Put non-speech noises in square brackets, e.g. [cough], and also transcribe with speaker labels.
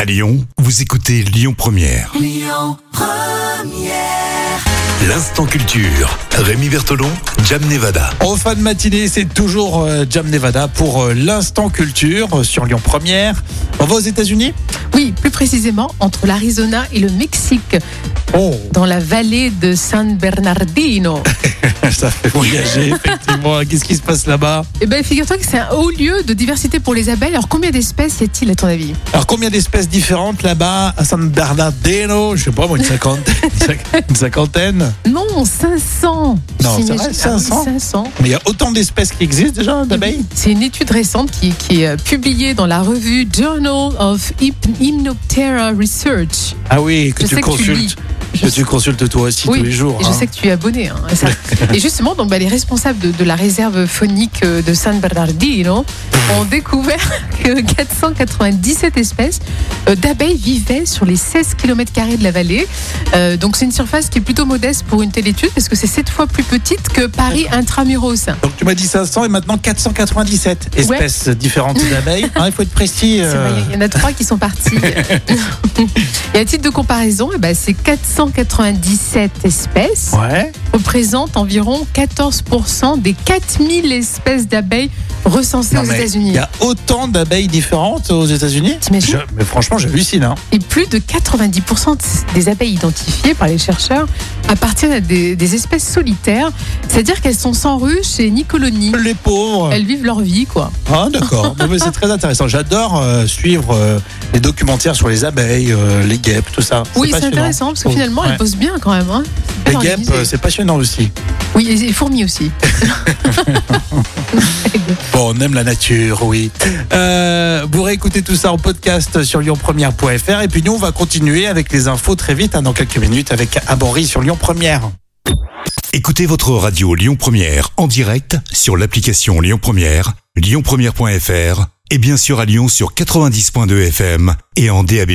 Speaker 1: À Lyon, vous écoutez Lyon Première. Lyon Première. L'instant culture. Rémi Bertolon, Jam Nevada.
Speaker 2: En fin de matinée, c'est toujours euh, Jam Nevada pour euh, l'instant culture euh, sur Lyon Première. On va aux États-Unis
Speaker 3: Oui, plus précisément entre l'Arizona et le Mexique,
Speaker 2: Oh,
Speaker 3: dans la vallée de San Bernardino.
Speaker 2: [laughs] ça fait [laughs] voyager effectivement. Qu'est-ce qui se passe là-bas
Speaker 3: Eh bien, figure-toi que c'est un haut lieu de diversité pour les abeilles. Alors, combien d'espèces y a-t-il à ton avis
Speaker 2: Alors combien d'espèces différentes là-bas à San Bernardino Je sais pas moi une cinquantaine, une cinquantaine.
Speaker 3: Non, 500
Speaker 2: Non,
Speaker 3: Tu
Speaker 2: c'est vrai,
Speaker 3: imagines-
Speaker 2: 500?
Speaker 3: Ah oui, 500.
Speaker 2: Mais il y a autant d'espèces qui existent déjà d'abeilles.
Speaker 3: C'est une étude récente qui, qui est euh, publiée dans la revue Journal of Hyp- Hypnoptera Research.
Speaker 2: Ah oui, que
Speaker 3: Je
Speaker 2: tu
Speaker 3: sais que tu
Speaker 2: consultes,
Speaker 3: lis.
Speaker 2: que
Speaker 3: Je
Speaker 2: tu consultes toi aussi
Speaker 3: Oui,
Speaker 2: tous les jours.
Speaker 3: Et Je
Speaker 2: hein.
Speaker 3: sais que tu es abonné hein,
Speaker 2: [laughs]
Speaker 3: à ça. et justement, donc, bah, les responsables de, de la réserve phonique euh, de San Bernardino ont découvert [laughs] que 497 espèces euh, d'abeilles vivaient sur les 16 km de la vallée. Euh, donc c'est une surface qui est plutôt modeste pour une telle étude parce que c'est 7 fois plus petite que Paris intramuros.
Speaker 2: Donc tu m'as dit 500 et maintenant 497 espèces différentes
Speaker 3: [laughs]
Speaker 2: d'abeilles. Ah, il faut être précis.
Speaker 3: C'est
Speaker 2: euh,
Speaker 3: vrai, Il y en a trois qui
Speaker 2: [laughs]
Speaker 3: sont partis. [laughs] et à titre de comparaison, eh ben, ces 497 espèces
Speaker 2: Ouais.
Speaker 3: représente environ 14% des 4000 espèces d'abeilles recensées
Speaker 2: Non,
Speaker 3: aux
Speaker 2: mais Il
Speaker 3: États-Unis.
Speaker 2: y a autant d'abeilles différentes aux États-Unis
Speaker 3: T'imagines
Speaker 2: Je- Mais franchement, j'hallucine. hein.
Speaker 3: Et plus de 90% de- des abeilles identifiées par les chercheurs appartiennent à des, des espèces solitaires, c'est-à-dire qu'elles sont sans ruche et ni colonie.
Speaker 2: Les pauvres.
Speaker 3: Elles vivent leur vie, quoi.
Speaker 2: Ah,
Speaker 3: [laughs]
Speaker 2: d'accord. Bon, mais c'est très intéressant. J'adore euh, suivre euh, les documentaires sur les abeilles, euh, les guêpes, tout ça.
Speaker 3: Oui, c'est
Speaker 2: passionnant.
Speaker 3: intéressant parce que
Speaker 2: Oh,
Speaker 3: finalement,
Speaker 2: ouais.
Speaker 3: elles posent bien quand même. hein. C'est
Speaker 2: Les
Speaker 3: bien
Speaker 2: guêpes,
Speaker 3: organisé.
Speaker 2: euh, c'est passionnant aussi.
Speaker 3: Oui, et les fourmis aussi.
Speaker 2: Bon, on aime la nature, oui. Euh, vous réécoutez tout ça en podcast sur lyonpremière.fr. Et puis nous, on va continuer avec les infos très vite, hein, dans quelques minutes, avec Abory sur Lyon Première.
Speaker 1: Écoutez votre radio Lyon Première en direct sur l'application Lyon Première, lyonpremière.fr et bien sûr à Lyon sur 90.2 FM et en DAB+.